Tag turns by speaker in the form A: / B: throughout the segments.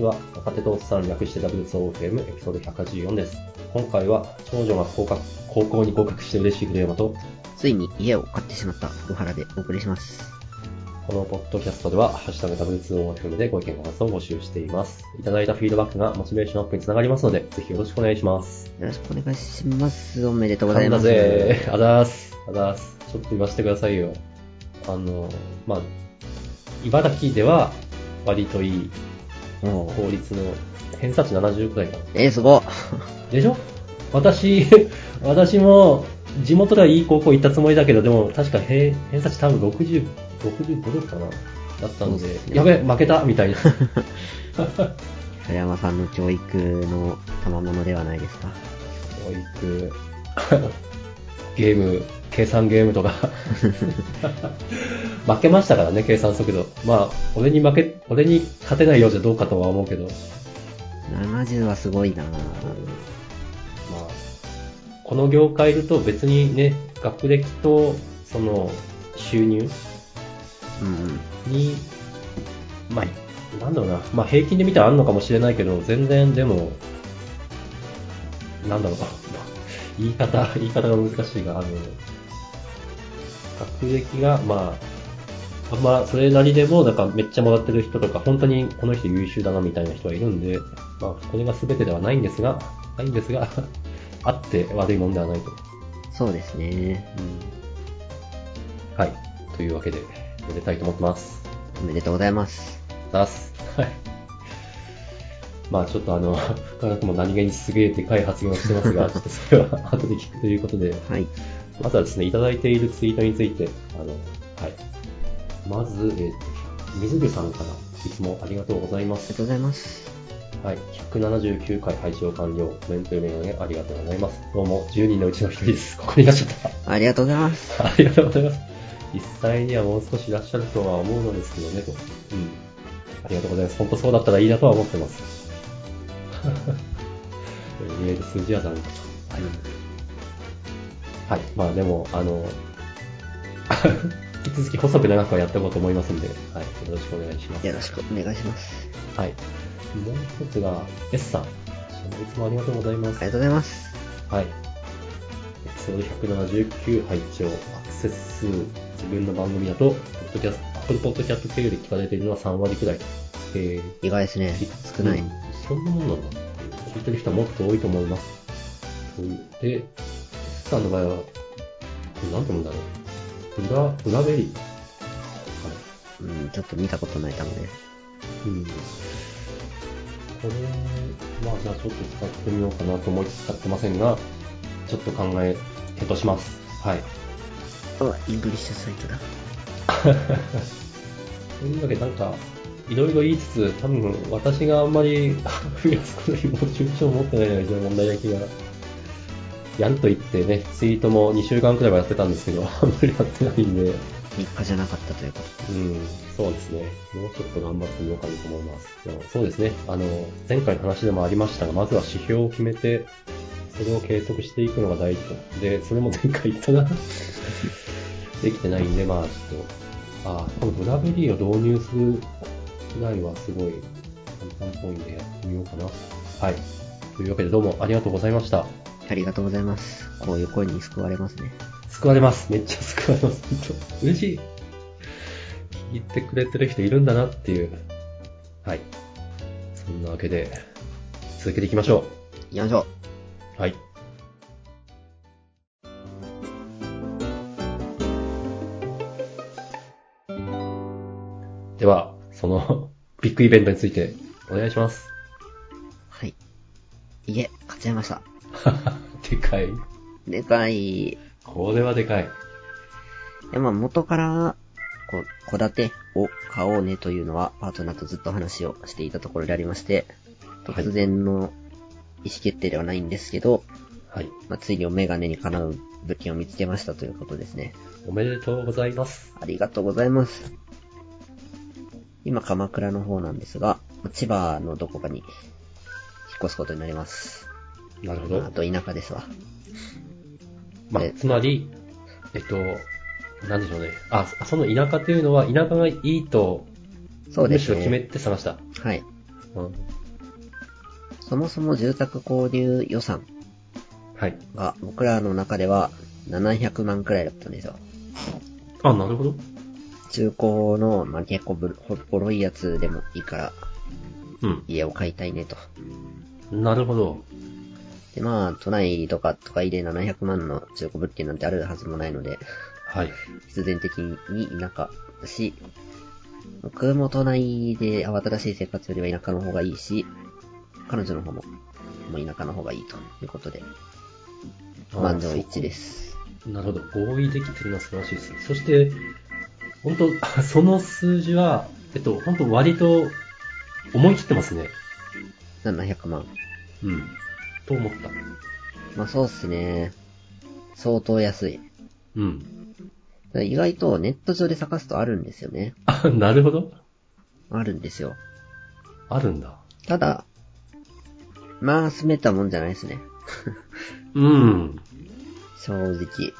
A: は、若手とおっさん略して WSOFM エピソード184です。今回は、少女が合格高校に合格して嬉しい古山と、
B: ついに家を買ってしまった福原でお送りします。
A: このポッドキャストでは、ハッシュタグ W2OFM でご意見ご感想を募集しています。いただいたフィードバックがモチベーションアップにつながりますので、ぜひよろしくお願いします。
B: よろしくお願いします。おめでとうございます。
A: なんだぜあざーす。あざーす。ちょっと言わせてくださいよ。あの、まあ、茨城では、割といい、
B: おう
A: 法律の、偏差値70くらいかな。
B: えー、すごっ
A: でしょ私、 私も地元ではいい高校行ったつもりだけど、でも確か偏偏差値多分60、65度かなだったの
B: そう
A: で
B: で、すね
A: やべ、負けたみたいな。
B: 古山さんの教育の賜物ではないですか。
A: 教育、ゲーム、計算ゲームとか。 負けましたからね、計算速度。まあ、俺に負け、俺に勝てないようじゃどうかとは思うけど、ま
B: 70はすごいな
A: あ、この業界いると別にね、学歴と、その、収入
B: うん
A: に、まあ、なんだろうな、まあ、平均で見たらあるのかもしれないけど、全然でも、なんだろう な、言い方、言い方が難しいが、あの、学歴が、まあ、あんまそれなりでも、なんかめっちゃもらってる人とか、本当にこの人優秀だなみたいな人はいるんで、まあ、これが全てではないんですが、ないんですが、 あって悪いもんではないと。
B: うん。そうですね。
A: はい。というわけで、めでたいと思ってます。
B: おめでとうございます。
A: 出す。はい。まあちょっとあの、 科学も何気にすげえでかい発言をして ますが、ちょっとそれは後で聞くということで、
B: はい。
A: まずはですね、いただいているツイートについて、あの、はい。まず、えー水部さんから、いつもありがとうございま
B: あり
A: す
B: が。とうございます。
A: はい。179回配信を完了。コメント読み上げありがとうございます。どうも、10人のうちの1人です。ここにいらっしゃった。
B: ありがとうございます。
A: ありがとうございます。実際にはもう少しいらっしゃるとは思うのですけどね、と。うん。ありがとうございます。本当そうだったらいいなとは思ってます。 とりあえず数字は残念はい。まあでも、あの、 引き続き細く長くはやっていこうと思いますんで、はい。よろしくお願いします。
B: よろしくお願いします。
A: はい。もう一つが、S さん。いつもありがとうございま
B: あ
A: す
B: り。がとうございます。
A: はい。エピソード179拝聴アクセス数、自分の番組だと、ポッドキャスト、Apple Podcast 系より聞かれているのは3割くらい。えー
B: 意外ですね。少ない。
A: うんそんなもんなんだ。聞いてる人はもっと多いと思います。そういうで、S さんの場合は、これなんて読むんだろう。裏、裏ベリー。はい。
B: うん、ちょっと見たことない単語で。
A: うん。これ、まあじゃあちょっと使ってみようかなと思いつつ使ってませんが、ちょっと考え、検討します。はい。
B: あ、イングリッシュサイトだ。
A: というわけで、なんか、いろいろ言いつつ、多分私があんまり、 増やすことにモチベーションを持ってないのが一番問題な気が。やると言ってね、ツイートも2週間くらいはやってたんですけど、あんまりやってないんで、
B: 3日じゃなかったということ。
A: うん、そうですね。もうちょっと頑張ってみようかなと思います。でもそうですね。あの、前回の話でもありましたが、まずは指標を決めて、それを計測していくのが第一歩。で、それも前回言ったな。できてないんで、まあ、ちょっと、ああ、このブラベリーを導入するぐらいはすごい簡単っぽいんでやってみようかな。はい。というわけでどうもありがとうございました。
B: ありがとうございます。こういう声に救われますね。
A: 救われます。めっちゃ救われます。本当嬉しい。聞いてくれてる人いるんだなっていう。はい。そんなわけで、続けていきましょ
B: 行きましょう。
A: う。はい。では、その、ビッグイベントについて、お願いします。
B: はい。家、買っちゃいました。
A: でかい。
B: でかい。い
A: これはでかい。
B: や、まあ、元から、こう、戸建てを買おうねというのは、パートナーとずっと話をしていたところでありまして、
A: はい
B: 突然の意思決定ではないんですけど、
A: はい。
B: まあ、ついにお眼鏡にかなう物件を見つけましたということですね。
A: おめでとうございます。
B: ありがとうございます。今、鎌倉の方なんですが、まあ千葉のどこかに引っ越すことになります。
A: なるほ
B: まあ
A: ど
B: あ。と、田舎ですわ。
A: まあ、
B: え
A: つまり、えっと、なんでしょうね。あ、そその田舎というのは、田舎がいいと、
B: そうです
A: むしろ決め
B: ね。
A: て探した。
B: はい。
A: うん。
B: そもそも住宅購入予算
A: はい。
B: が僕らの中では700万くらいだったんですよ。
A: あ、なるほど。
B: 中古の、まあ、結構ボロボロいやつでもいいから
A: うん。
B: 家を買いたいねと。
A: なるほど。
B: で、まあ、都内とか都会で700万の中古物件なんてあるはずもないので、
A: はい。。
B: 必然的に田舎だし、僕も都内で慌ただしい生活よりは田舎の方がいいし、彼女の方も、もう田舎の方がいいということで、満場一致ですす。
A: なるほど。合意できてるのは素晴らしいです。そして、本当 あその数字は、えっと、本当割と思い切ってますね。
B: 700万。
A: うん。と思った。
B: まあそうっすね。相当安い。
A: うん。
B: 意外とネット上で探すとあるんですよね。
A: あ、なるほど。
B: あるんですよ。
A: あるんだ。
B: ただ、まあ、住めたもんじゃないですね。
A: うん。
B: 正直。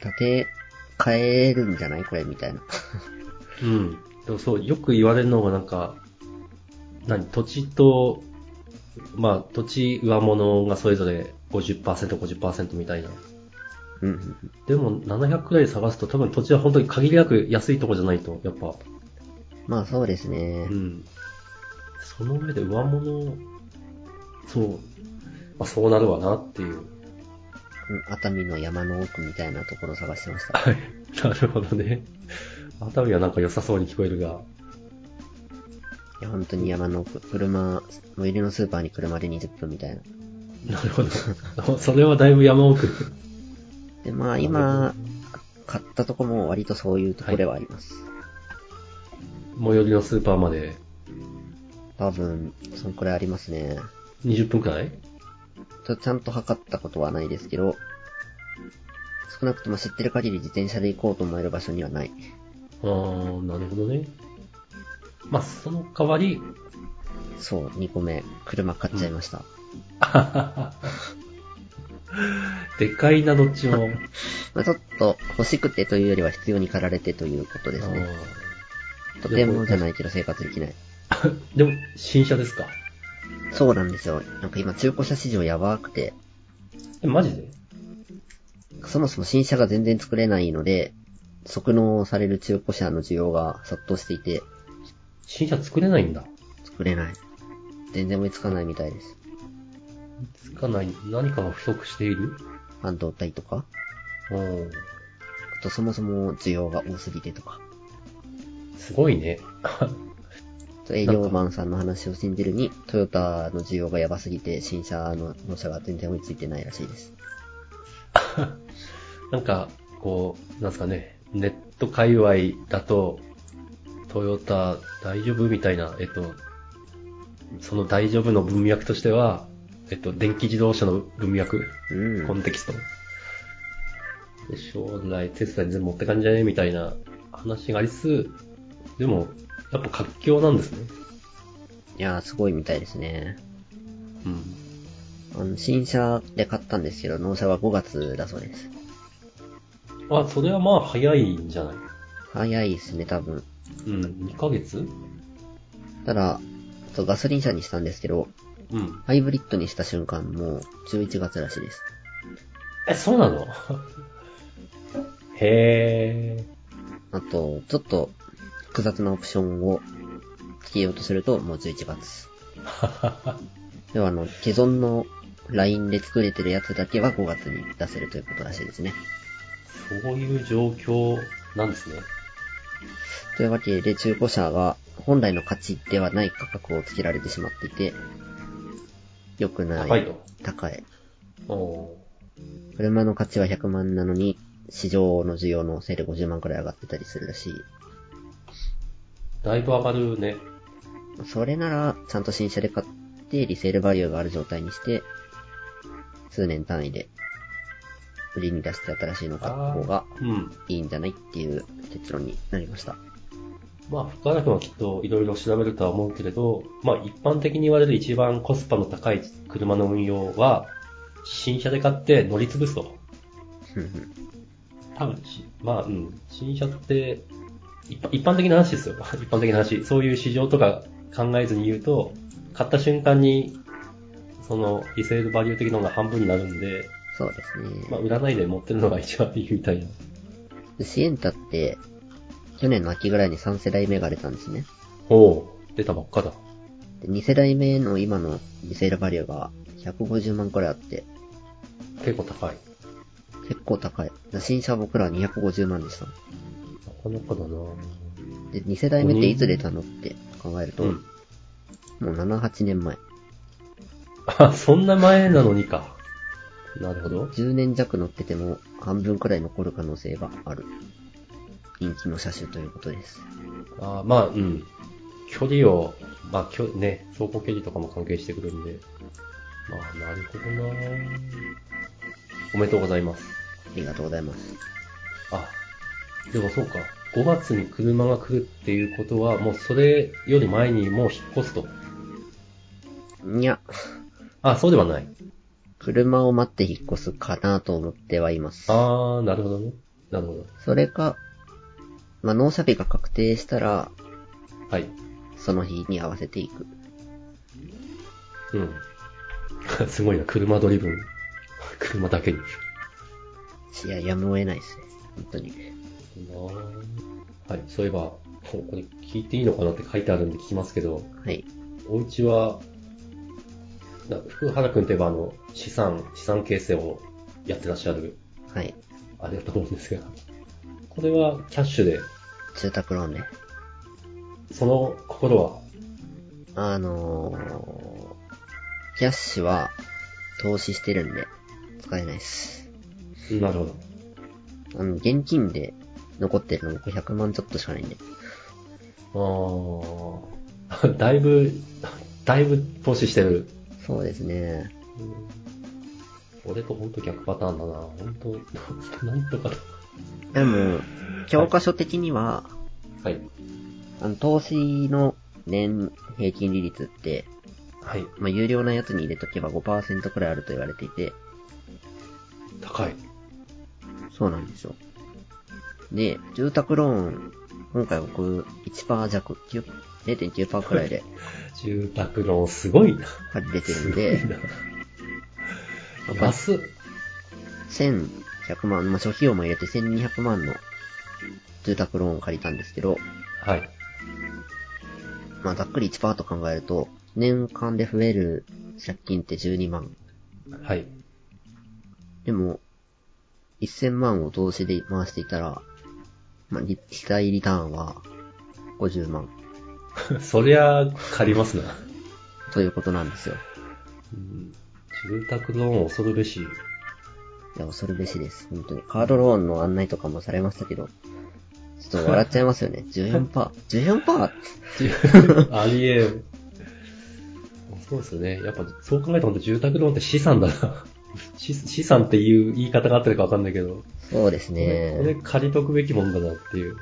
B: 建て、変えるんじゃないこれ、みたいな。
A: うん。でもそう、よく言われるのがなんか、何、土地と、まあ、土地上物がそれぞれ50%、50%みたいな。
B: うんうんうん。
A: でも、700くらいで探すと多分土地は本当に限りなく安いとこじゃないと、やっぱ。
B: まあ、そうですね
A: う。ん。その上で上物、そう、まあそうなるわなっていう。
B: 熱海の山の奥みたいなところ探してました。
A: はい。 なるほどね。熱海はなんか良さそうに聞こえるが。
B: いや、本当に山の奥。車、最寄りのスーパーに車で20分みたいな。
A: なるほど。それはだいぶ山奥。
B: で、まあ、
A: な
B: 今、買ったとこも割とそういうところではあります。
A: 最寄りのスーパーまで
B: 多分、そんくらいありますね。
A: 20分くらい
B: ちょちゃんと測ったことはないですけど、少なくとも知ってる限り自転車で行こうと思える場所にはない。
A: あー、なるほどね。まあ、その代わり、
B: そう、2個目、車買っちゃいました。
A: でかいな、どっちも。
B: まあ、ちょっと欲しくてというよりは必要に駆られてということですね。とてもじゃないけど生活できない。
A: あーでも、新車ですか
B: そうなんですよ。なんか今中古車市場やばくて、
A: え、マジで
B: そもそも新車が全然作れないので、即納される中古車の需要が殺到していて、
A: 新車作れないんだ。
B: 作れない。全然追いつかないみたいです。
A: つかない、何かが不足している
B: 半導体とか
A: うん。
B: あとそもそも需要が多すぎてとか。
A: すごいね。
B: 営業マンさんの話を信じるに、トヨタの需要がやばすぎて、新車の納車が全然追いついてないらしいです。
A: なんか、こう、なんすかね、ネット界隈だと、トヨタ大丈夫みたいな、えっと、その大丈夫の文脈としては、えっと、電気自動車の文脈、
B: う
A: コン
B: ん。
A: テキスト。で将来テスラに全部持ってかんじゃねみたいな話がありつつ、でも、やっぱ活況なんですね。
B: いやー、すごいみたいですね。
A: うん。
B: あの、新車で買ったんですけど、納車は5月だそうです。
A: あ、それはまあ早いんじゃない
B: 早いですね、多分。
A: うん、2ヶ月
B: ただ、そうガソリン車にしたんですけど、
A: うん。
B: ハイブリッドにした瞬間、もう11月らしいです。
A: え、そうなのへえ。
B: あと、ちょっと、複雑なオプションを消えようとすると、もう11月。要は、あの、既存の LINE で作れてるやつだけは5月に出せるということらしいですね。
A: そういう状況なんですね。
B: というわけで、中古車が本来の価値ではない価格をつけられてしまっていて、良くない。
A: 高いと。
B: 高い。
A: お
B: 車の価値は100万なのに、市場の需要のせいで50万くらい上がってたりするらしい。
A: ーだいぶ上がるね。
B: それなら、ちゃんと新車で買って、リセールバリューがある状態にして、数年単位で、売りに出して新しいの買った方が
A: うん。
B: いいんじゃないっていう結論になりました。
A: まあ、深田君はきっといろいろ調べるとは思うけれど、まあ一般的に言われる一番コスパの高い車の運用は、新車で買って乗り潰すと。
B: ふんふん
A: 多分し、まあ、うん、新車って、 一般一般的な話ですよ。一般的な話。そういう市場とか考えずに言うと、買った瞬間に、その、リセールバリュー的なのが半分になるんで、
B: そうですね。
A: まあ、売らないで持ってるのが一番いいみたいな。
B: でシエンタって、去年の秋ぐらいに3世代目が出たんですね。
A: おう、出たばっかだ。
B: で2世代目の今のリセールバリューが150万くらいあって、
A: 結構高い。
B: 結構高い。で新車は僕らは250万でした。
A: なかなかだな
B: で、2世代目っていつ出たのって考えると、
A: うん。
B: もう7、8年前。
A: あ、そんな前なのにか。なるほど。
B: 10年弱乗ってても半分くらい残る可能性がある。人気の車種ということです。
A: あまあ、うん。距離を、まあ、きょね、走行距離とかも関係してくるんで。まあ、なるほどなおめでとうございます。
B: ありがとうございます。
A: あ、でもそうか。5月に車が来るっていうことは、もうそれより前にもう引っ越すと。
B: いや、
A: あ、そうではない。
B: 車を待って引っ越すかなと思ってはいます。
A: あー、なるほどね。なるほど。
B: それか、まあ、納車日が確定したら、
A: はい。
B: その日に合わせていく。
A: うん。 すごいな、車ドリブン。 車だけに。
B: いや、やむを得ないですね。本当に。
A: はい、そういえば、ここれ聞いていいのかなって書いてあるんで聞きますけど、
B: はい。
A: お家は、な福原くんといえばあの、資産、資産形成をやってらっしゃる、
B: はい。
A: あれだと思うんですが、これはキャッシュで、
B: 住宅ローンね。
A: その心は、
B: あのー、キャッシュは投資してるんで、使えないです。
A: なるほど。
B: あの、現金で残ってるの僕100万ちょっとしかないんで。
A: あー だいぶ、だいぶ投資してる。
B: そうですね。
A: 俺とほんと逆パターンだな。ほんと、 なんとかだ。
B: でも、教科書的には、
A: はい。
B: あの、投資の年平均利率って、
A: はい。
B: まあ、有料なやつに入れとけば5%くらいあると言われていて、
A: 高い。
B: そうなんですよ。で、住宅ローン、今回僕、1%弱、9 0.9%くらいで
A: 住宅ローンすごいな。
B: 借りれてる
A: す
B: ん
A: ごい
B: で、
A: な。安っ。
B: 1100万、まあ、諸費用も入れて1200万の住宅ローンを借りたんですけど、
A: はい。
B: まあ、ざっくり1%と考えると、年間で増える借金って12万。
A: はい。
B: でも、1000万を投資で回していたら、まあ、り被災リターンは50万
A: そりゃ、借りますな。
B: ということなんですよ。
A: うん住宅ローン恐るべ し。
B: いや、恐るべしです。本当に。カードローンの案内とかもされましたけど、ちょっと笑っちゃいますよね。14%。14%?
A: ありえん。そうですよね。やっぱ、そう考えても住宅ローンって資産だな。資資産っていう言い方があってるかわかんないけど、
B: そうです
A: これ
B: ね。
A: 借りとくべきもんだなっていう。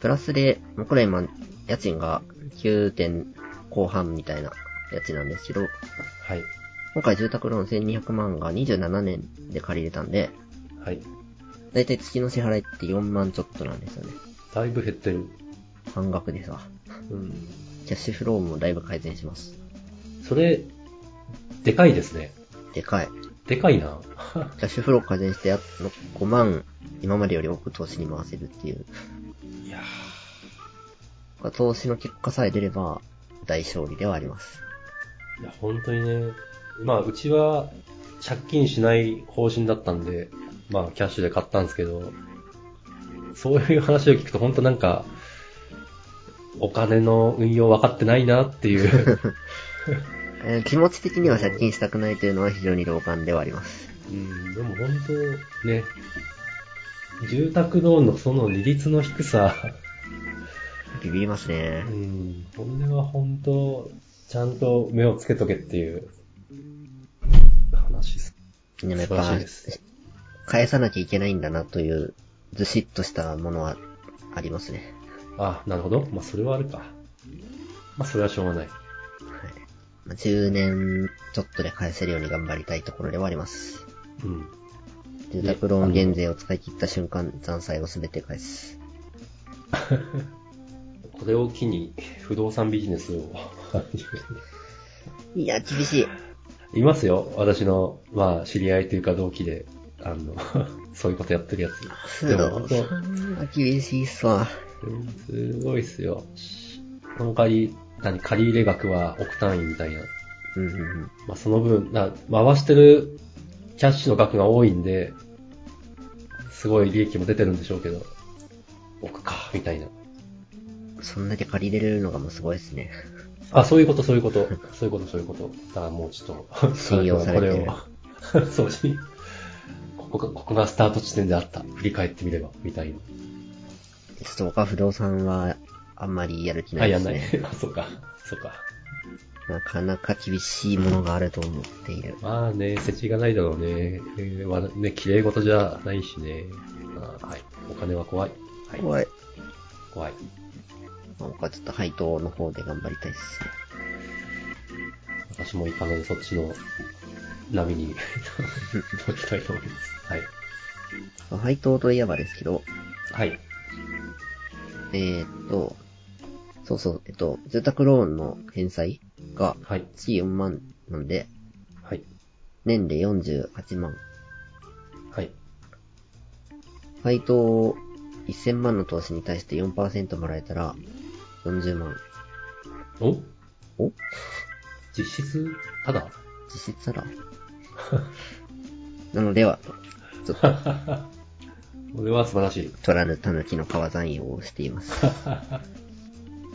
B: プラスで、僕ら今、家賃が9点後半みたいな家賃なんですけど、
A: はい。
B: 今回住宅ローン1200万が27年で借りれたんで、
A: はい。
B: だいたい月の支払いって4万ちょっとなんですよね。
A: だいぶ減ってる。
B: 半額ですわ。
A: うん。
B: キャッシュフローもだいぶ改善します。
A: それ、でかいですね。
B: でかい。
A: でかいな。
B: キャッシュフロー改善して、あの5万、今までより多く投資に回せるっていう。
A: いや
B: 投資の結果さえ出れば、大勝利ではあります。
A: いや、本当にね、まあ、うちは借金しない方針だったんで、まあ、キャッシュで買ったんですけど、そういう話を聞くと、本当なんか、お金の運用分かってないなって いう、
B: えー気持ち的には借金したくないというのは非常に同感ではあります。
A: うん、でも本当、ね、住宅ローンのその利率の低さ、
B: ビビりますね
A: う。ん、これは本当、ちゃんと目をつけとけっていう話です。
B: でもやっ
A: 素晴
B: ぱ
A: らしいです、
B: 返さなきゃいけないんだなという、ずしっとしたものはありますね。
A: あ、なるほど。まあ、それはあるか。まあ、それはしょうがない。
B: はい。まあ10年ちょっとで返せるように頑張りたいところではあります。
A: うん。
B: 住宅ローン減税を使い切った瞬間、残債をすべて返す。
A: これを機に不動産ビジネスを
B: いや、厳しい。
A: いますよ。私の、まあ、知り合いというか同期で、あの、 そういうことやってるやつ。
B: 須
A: でも本
B: 藤
A: 当
B: さんは厳しいっすわ。
A: すごいっすよ。この代わり、何、借り入れ額は億単位みたいな。
B: うんうんうん。
A: まあ、その分、な回してるキャッシュの額が多いんで、すごい利益も出てるんでしょうけど、億か、みたいな。
B: そんだけ借りれるのがもうすごいですね。
A: あ、そういうこと、そういうこと。そういうこと、そういうこと。だからもうちょっと、
B: 信用されてる
A: これを そうし、ここが、ここがスタート地点であった。振り返ってみれば、みたいな。
B: ちょっと僕は不動産はあんまりやる気
A: あ、
B: ないで
A: や
B: す
A: んない
B: ね。。
A: あ、そうか、そうか。
B: なかなか厳しいものがあると思っている。
A: まあね、世知がないだろうね。えーわね、綺麗事じゃないしね。まあはい。お金は怖い。はい。
B: 怖い。
A: 怖い。
B: まあ僕はちょっと配当の方で頑張りたいですね。
A: 私もいかないそっちの波 に乗りたいと思います。はい。
B: まあ配当といえばですけど、
A: はい。
B: えーっと、そうそう、えっと、住宅ローンの返済が
A: はい。
B: 月4万なんで、
A: はい。
B: 年で48万。
A: はい。
B: 配当を1000万の投資に対して4%もらえたら40万。
A: お
B: お
A: 実質ただ
B: 実質だろ。なのでは、と、ちょっと、
A: これは素晴らしい。
B: 取らぬ狸の皮算用をしています。 は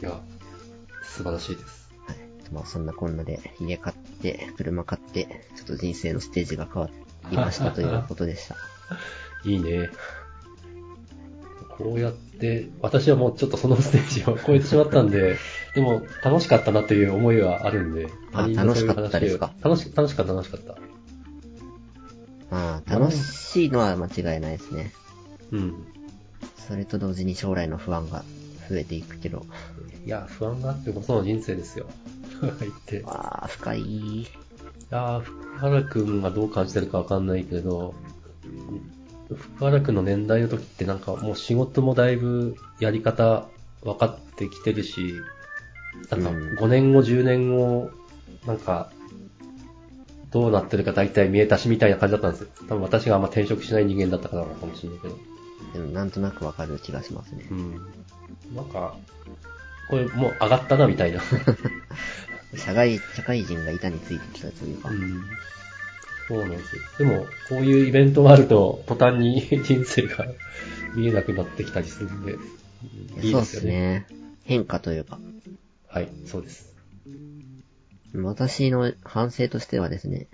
B: い
A: や、素晴らしいです。
B: い。まあ、そんなこんなで、家買って、車買って、ちょっと人生のステージが変わりましたということでした。
A: いいね。こうやって、私はもうちょっとそのステージを超えてしまったん で、でも楽しかったなという思いはあるんで、
B: あ
A: 他人のそういう
B: 楽しかっ
A: 話
B: たですか
A: 楽し楽しかった、楽しかった。
B: まあ、楽しいのは間違いないですね。
A: うん。
B: それと同時に将来の不安が増えていくけど、
A: いや、不安があってこその人生ですよ。 言って。
B: わあ、深い。
A: ああ、福原くんがどう感じてるかわかんないけど、福原くんの年代の時ってなんかもう仕事もだいぶやり方分かってきてるし、なんか
B: うん
A: 5年後、10年後、なんか、どうなってるか大体見えたしみたいな感じだったんですよ。多分私があんま転職しない人間だったからかもしれないけど。
B: でも、なんとなくわかる気がしますね
A: う。ん。なんか、これもう上がったなみたいな。
B: 社会、社会人が板についてきたというか、
A: うんそうなんですよ。でも、こういうイベントがあると、途端に人生が見えなくなってきたりするんで、うんいい
B: そ
A: で
B: うです
A: よ
B: す
A: ね。
B: ね。変化というか、
A: はい、そうです。
B: 私の反省としてはですね、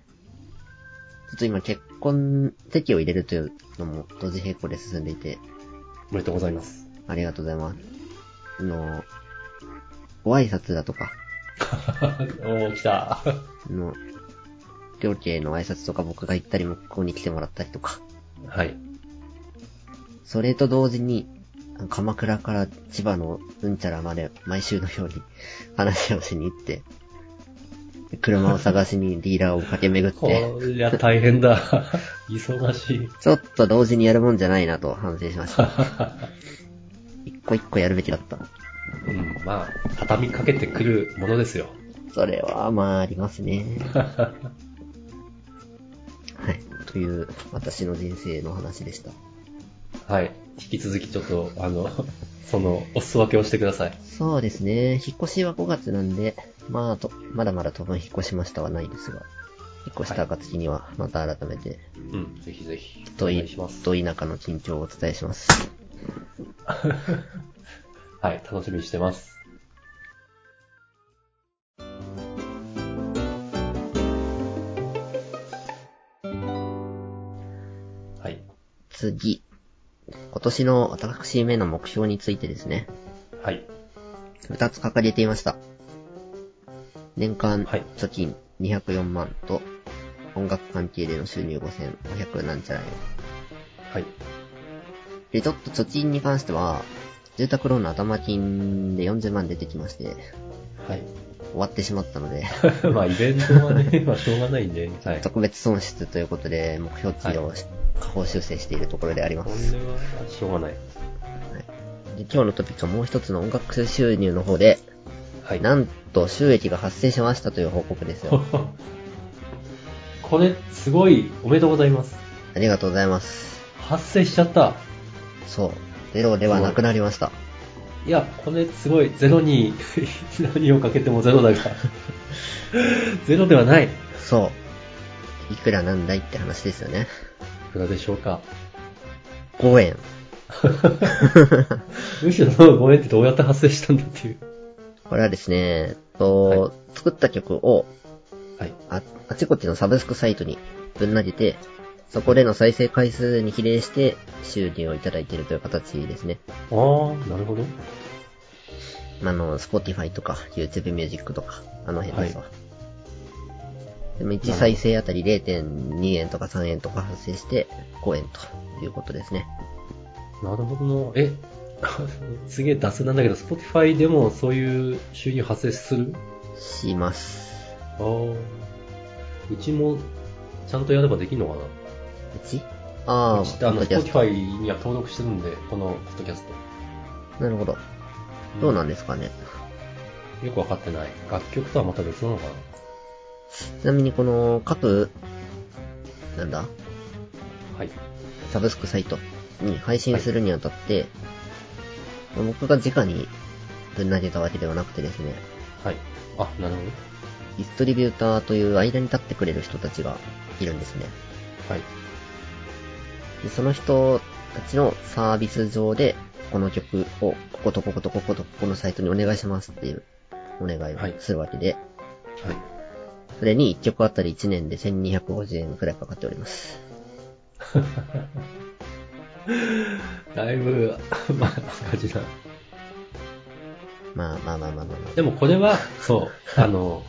B: ちょっと今結婚籍を入れるというのも同時並行で進んでいて、
A: おめでとうございます。
B: ありがとうございます。あの、ご挨拶だとか、
A: おー、来た。
B: あの、両家への挨拶とか僕が行ったり向こうに来てもらったりとか、
A: はい。
B: それと同時に、あの鎌倉から千葉のうんちゃらまで毎週のように話をしに行って、車を探しにディーラーを駆け巡っ
A: こ
B: て、
A: りゃ大変だ。 忙しい。
B: ちょっと同時にやるもんじゃないなと反省しました。一個一個やるべきだった。
A: うん、まあ、畳みかけてくるものですよ。
B: それは、まあ、ありますね。はい。という、私の人生の話でした。
A: はい。引き続きちょっと、あの、その、お裾分けをしてください。
B: そうですね。引っ越しは5月なんで、まあ、と、まだまだ当分引っ越しましたはないですが、引っ越した暁には、また改めて、
A: うん、ぜひぜひ。お
B: ど
A: 願
B: い、
A: いします。
B: ど田舎の近況をお伝えします。
A: はい、楽しみにしてます。はい、
B: 次。今年の私めの目標についてですね、
A: はい、
B: 2つ掲げていました。年間
A: はい
B: 貯金204万と、音楽関係での収入5500なんちゃら円。
A: はい、
B: で、ちょっと貯金に関しては、住宅ローンの頭金で40万出てきまして、
A: はい。
B: 終わってしまったので、
A: まあ、イベントは ね、まあ、しょうがないんで、はい。
B: 特別損失ということで、目標値を下方修正しているところでありま
A: こ
B: す。
A: れは、しょうがない。
B: で今日のトピックはもう一つの音楽収入の方で、
A: はい。
B: なんと収益が発生しましたという報告ですよ。
A: これ、すごい、おめでとうございます。
B: ありがとうございます。
A: 発生しちゃった。
B: そう。ゼロではなくなりました。
A: いや、これ、すごい、ゼロに、 何をかけてもゼロだが、 ゼロではない。い
B: そう。いくらなんだいって話ですよね。
A: くらでしょうか。
B: 5円。
A: むしろその5円ってどうやって発生したんだっていう。
B: これはですね、えっと、
A: は
B: 作った曲を
A: はい。
B: ああちこちのサブスクサイトにぶん投げて、そこでの再生回数に比例して収入をいただいているという形ですね。
A: ああ、なるほど。
B: あの、Spotify とか YouTube Music とか、あの辺ですわ。
A: は
B: でも1再生あたり0.2円とか3円とか発生して5円ということですね。
A: なるほどな。え、すげえ脱線なんだけど、Spotify でもそういう収入発生する
B: します。
A: ああ。うちも、ちゃんとやればできるのかな
B: うちああ、
A: うちってあの、
B: ポッドキャスト
A: Spotify には登録してるんで、このポッドキャスト。
B: なるほど。どうなんですかね。
A: よくわかってない。楽曲とはまた別なのかな
B: ちなみにこの各、なんだ
A: はい。
B: サブスクサイトに配信するにあたって、僕が直にぶん投げたわけではなくてですね、
A: はい。あ、なるほ
B: ディストリビューターという間に立ってくれる人たちがいるんですね。
A: ど。はい。
B: でその人たちのサービス上で、この曲を、こことこことこことここのサイトにお願いしますっていうお願い
A: はい
B: をするわけで、
A: はい。
B: それに1曲あたり1年で1250円くらいかかっております。
A: だいぶ、 まあ、赤字だ。
B: まあまあまあまあまあまあ。
A: でもこれは、そう、あの、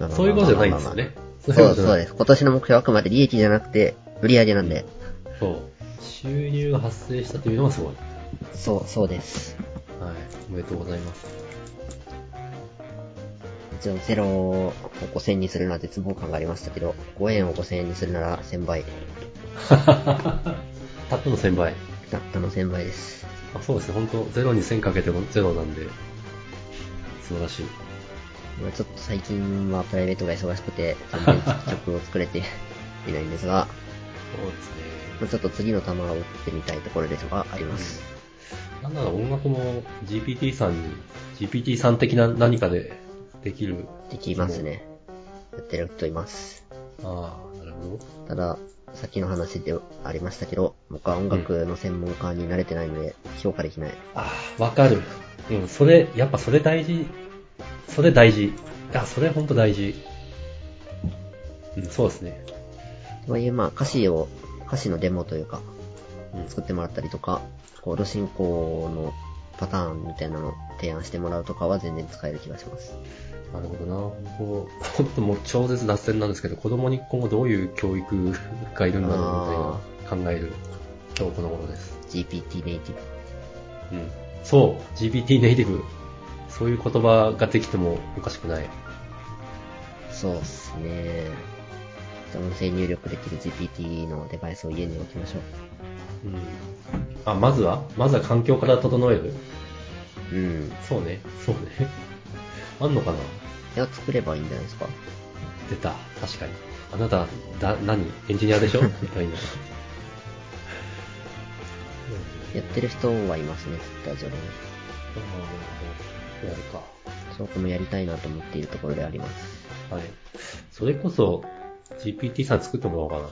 B: まあまあまあまあまあ
A: そういうことじゃないんですよね。
B: そう
A: い
B: そう
A: こと
B: う
A: じゃない
B: です。今年の目標はあくまで利益じゃなくて、売り上げなんで。
A: そう。収入が発生したというのがすごい。
B: そう、そうです。
A: はい。おめでとうございます。
B: 一応ゼロを5000円にするのは絶望感がありましたけど、5円を5000円にするなら1000倍。
A: たったの1000倍。
B: たったの1000倍です。
A: あそうですね、本当ゼロに1000かけてもゼロなんで、素晴らしい。
B: まあちょっと最近はプライベートが忙しくて、全然曲を作れて いないんですが、
A: そうですね。
B: まあちょっと次の球を打ってみたいところですが、あります。
A: なんなら音楽も GPT さんに、GPT さん的な何かでできる。
B: できますね。やってる人います。
A: ああ、なるほど。
B: ただ、さっきの話でありましたけど、僕は音楽の専門家に慣れてないので、評価できない。
A: ああ、わかる。うん、それ、やっぱそれ大事。それ大事。あ、それほんと大事。うん、そうですね。
B: とはいえ、まあ、歌詞を、歌詞のデモというか、
A: うん、
B: 作ってもらったりとか、コード進行のパターンみたいなのを提案してもらうとかは全然使える気がします。
A: なるほどな。本当本当もう超絶脱線なんですけど、子供に今後どういう教育がいるんだろうみたいな考える今日この頃です。
B: GPT ネイティブ。
A: うん。そう、GPT ネイティブ。そういう言葉ができてもおかしくない。
B: そうっすね。音声入力できる GPT のデバイスを家に置きましょ
A: うん。あ、まずはまずは環境から整える
B: う。うん。
A: そうね。そうね。 あんのかない
B: や、作ればいいんじゃないですか。
A: 出た。確かに。あなた、だ、何エンジニアでしょみたいな。
B: やってる人はいますね、ツイッター上でね。
A: ああ、なるほど。やるか。
B: そうこもやりたいなと思っているところであります。
A: はい。それこそ、GPT さん作ってもらおうかな。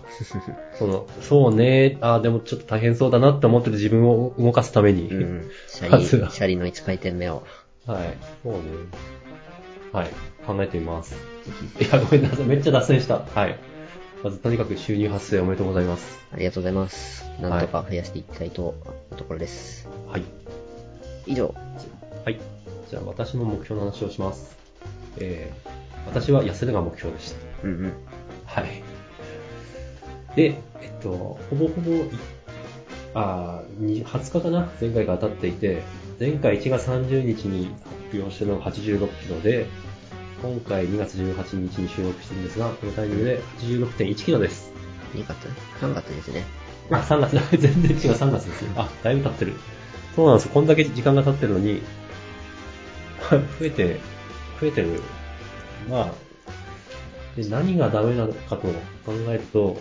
A: その、そうね、ああ、でもちょっと大変そうだなって思ってる自分を動かすために。
B: うん。 シ
A: まず
B: ャ
A: は
B: リ、シャリの1回転目を。
A: はい。そうね。はい。考えてみます。いや、ごめんなさい。めっちゃ脱線した。はい。まず、とにかく収入発生おめでとうございます。
B: ありがとうございます。なんとか増やしていきたいと、ところです。
A: はい。
B: 以上。
A: はい。じゃあ、私の目標の話をします。えー、私は痩せるが目標でした。
B: うんうん。
A: はい。で、えっと、ほぼほぼい、あーに20日かな前回が当たっていて、前回1月30日に発表してるのが86キロで、今回2月18日に収録してるんですが、このタイミングで86.1キロです。
B: 2月 ?3 月ですね。
A: あ、3月だ。 全然違う、3月ですね。あ、だい ぶ経ってる。そうなんです。こんだけ時間が経ってるのに、増えて増えてる。まあ、で何がダメなのかと考えると、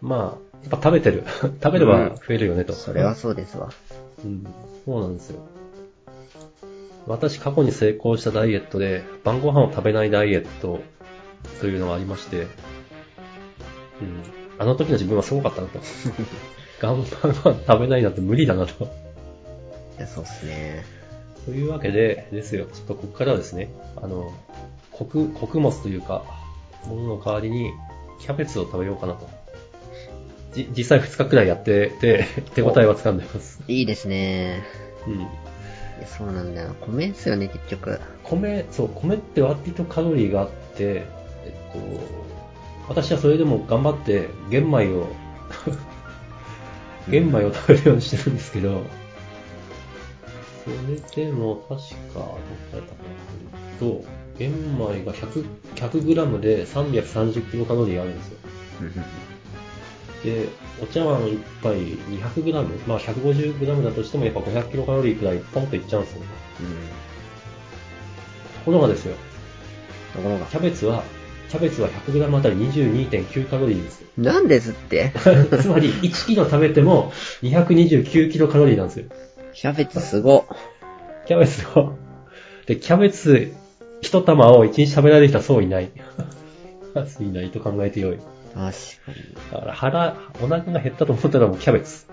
A: まあ、やっぱ食べてる。 食べれば増えるよねと。
B: それはそうですわ。
A: うん、そうなんですよ。私、過去に成功したダイエットで、晩ご飯を食べないダイエットというのがありまして、うん、あの時の自分はすごかったなと。 晩ご飯食べないなんて無理だなと。
B: いや、そうっすね。
A: というわけで、ですよ、ちょっとここからはですね、あの、穀、穀物というか、ものの代わりに、キャベツを食べようかなと。じ、実際2日くらいやってて、手応えは掴んでます。
B: いいですね。
A: うん。
B: いや、そうなんだよ。米っすよね、結局。
A: 米、そう、米って割とカロリーがあって、えっと、私はそれでも頑張って玄米を、玄米を食べるようにしてるんですけど、それでも確か、どっかやったかなえっと、玄米が100、100g で 330kcal あるんですよ。
B: うんうん
A: で、お茶碗1杯 200g、まあ 150g だとしてもやっぱ 500kcal くらいポンといっちゃうんですよね。
B: うん。
A: ところがですよ、
B: ところが
A: キ。ャベツは、キャベツは 100g あたり22.9カロリーですよ。
B: なんですって
A: つまり、1キロ食べても229キロカロリーなんですよ。
B: キャベツすご。
A: キャベツを。で、キャベツ1玉を1日食べられる人はそういない。 そういないと考えてよい。
B: 確かに。
A: だから腹、お腹が減ったと思ったらもうキャベツ。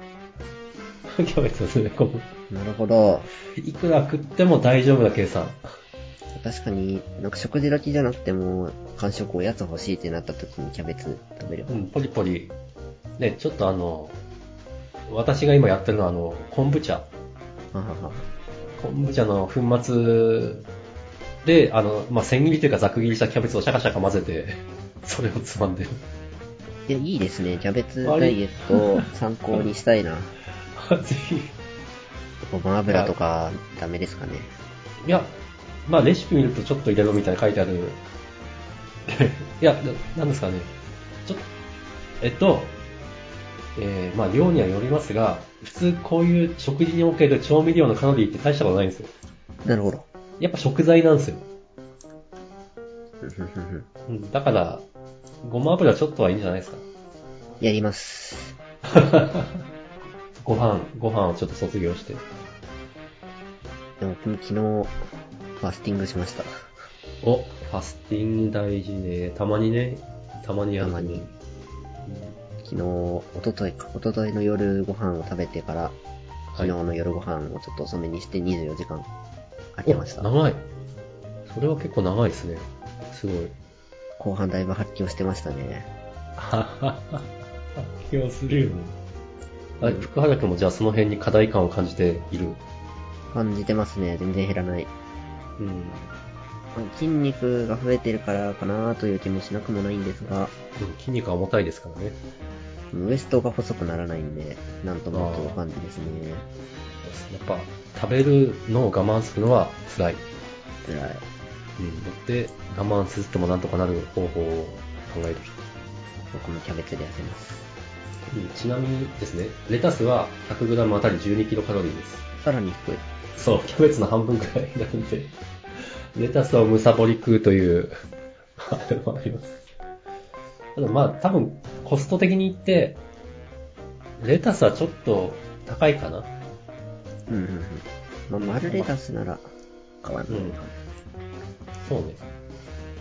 A: キャベツを詰め込む。
B: なるほど。
A: いくら食っても大丈夫な計算。
B: 確かに、なんか食事だけじゃなくても、間食おやつ欲しいってなった時にキャベツ食べれば
A: う。ん、ポリポリ。ね、ちょっとあの、私が今やってるのはあの、昆布茶。
B: ははは。
A: 昆布茶の粉末で、あの、まあ、千切りというかざく切りしたキャベツをシャカシャカ混ぜて、 それをつまんでる。
B: いや、いいですね。キャベツダイエットを参考にしたいな。
A: ぜひ。い
B: ごま油とか、ダメですかね。
A: や、まあ、レシピ見るとちょっと入れろみたいな書いてある。 いや、ななんですかね。ちょっと、えっと、えーまあ、量にはよりますが、普通こういう食事における調味料のカロリーって大したことないんですよ。
B: なるほど。
A: やっぱ食材なんですよ。
B: ふんふんふんふん
A: うん、だから、ごま油ちょっとはいいんじゃないですか。
B: やります。
A: ご飯、ご飯をちょっと卒業して。
B: でも、昨日、ファスティングしました。
A: お、ファスティング大事ね。たまにね、たまにや
B: た
A: る。
B: まに。昨日、おとといか、おとといの夜ご飯を食べてから、昨日の夜ご飯をちょっと遅めにして24時間空けました。
A: お長い。それは結構長いですね。すごい。
B: 後半だいぶ発狂してましたね。
A: ははは。 気をするよね。あれ、福原君もじゃあその辺に課題感を感じている。
B: 感じてますね。全然減らない。
A: うん。
B: 筋肉が増えてるからかなという気もしなくもないんですが、
A: でも筋肉は重たいですからね。
B: ウエストが細くならないんで、なんともという感じですね。
A: やっぱ、食べるのを我慢するのは辛い。
B: 辛い。
A: うん。で、我慢するともなんとかなる方法を考える人。
B: 僕もキャベツで痩せます。
A: うんちなみにですね、レタスは 100g あたり 12kcal です。
B: さらに低い。
A: そう、キャベツの半分くらいなんで、 レタスをむさぼり食うという、あれもあります。ただまあ、多分、コスト的に言って、レタスはちょっと高いかな。
B: うんうんうん。まあ、丸レタスなら変わらないかも。
A: そうね。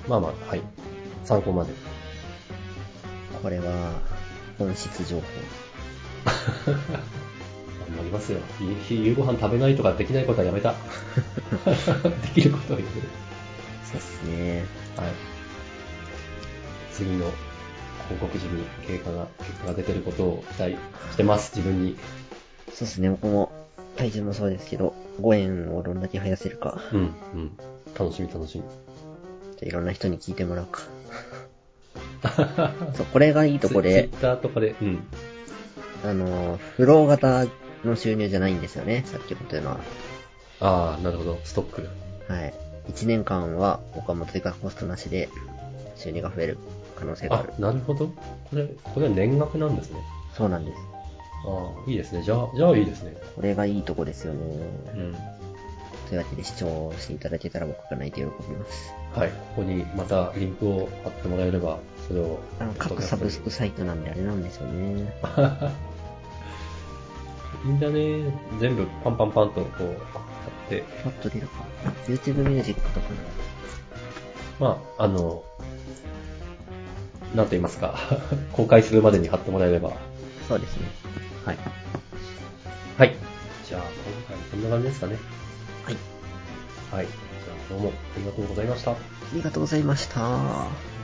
A: まあまあ、はい。参考まで。
B: これは、本質情報。
A: 頑張りますよ。夕夕ご飯食べないとかできないことはやめた。 できることをやめる。
B: そうですね。
A: はい。次の広告時に経過が、結果が出てることを期待してます、自分に。
B: そうですね。僕も、体重もそうですけど、5円をどんだけ生やせるか。
A: うん、うん。楽しみ、楽しみ。
B: じゃあいろんな人に聞いてもらう か。そう、これがいいとこで
A: ツイ、ツイッターとかで、うん。
B: あの、フロー型の収入じゃないんですよね、さっきのというのは。
A: ああ、なるほど、ストック。
B: はい。1年間は、他も追加コストなしで、収入が増える可能性があ
A: あ
B: る。、
A: なるほど。これ、これは年額なんですね。
B: そうなんです。
A: ああ、いいですね。じゃあ、じゃあいいですね。
B: これがいいとこですよね。
A: うん。
B: とそうやってで視聴していただけたら僕が泣いて喜びます。
A: はい、ここにまたリンクを貼ってもらえれば、それを。
B: あの、各サブスクサイトなんであれなんですよね。
A: いいんだね。全部パンパンパンとこう、買って。
B: パッと出るか。あ YouTube ミュージックとかな
A: まあ、あの、なんと言いますか。 公開するまでに貼ってもらえれば。
B: そうですね。はい。
A: はい。じゃあ、今回こんな感じですかね。
B: はい。
A: はい。じゃあ、どうもありがとうございました。
B: ありがとうございました。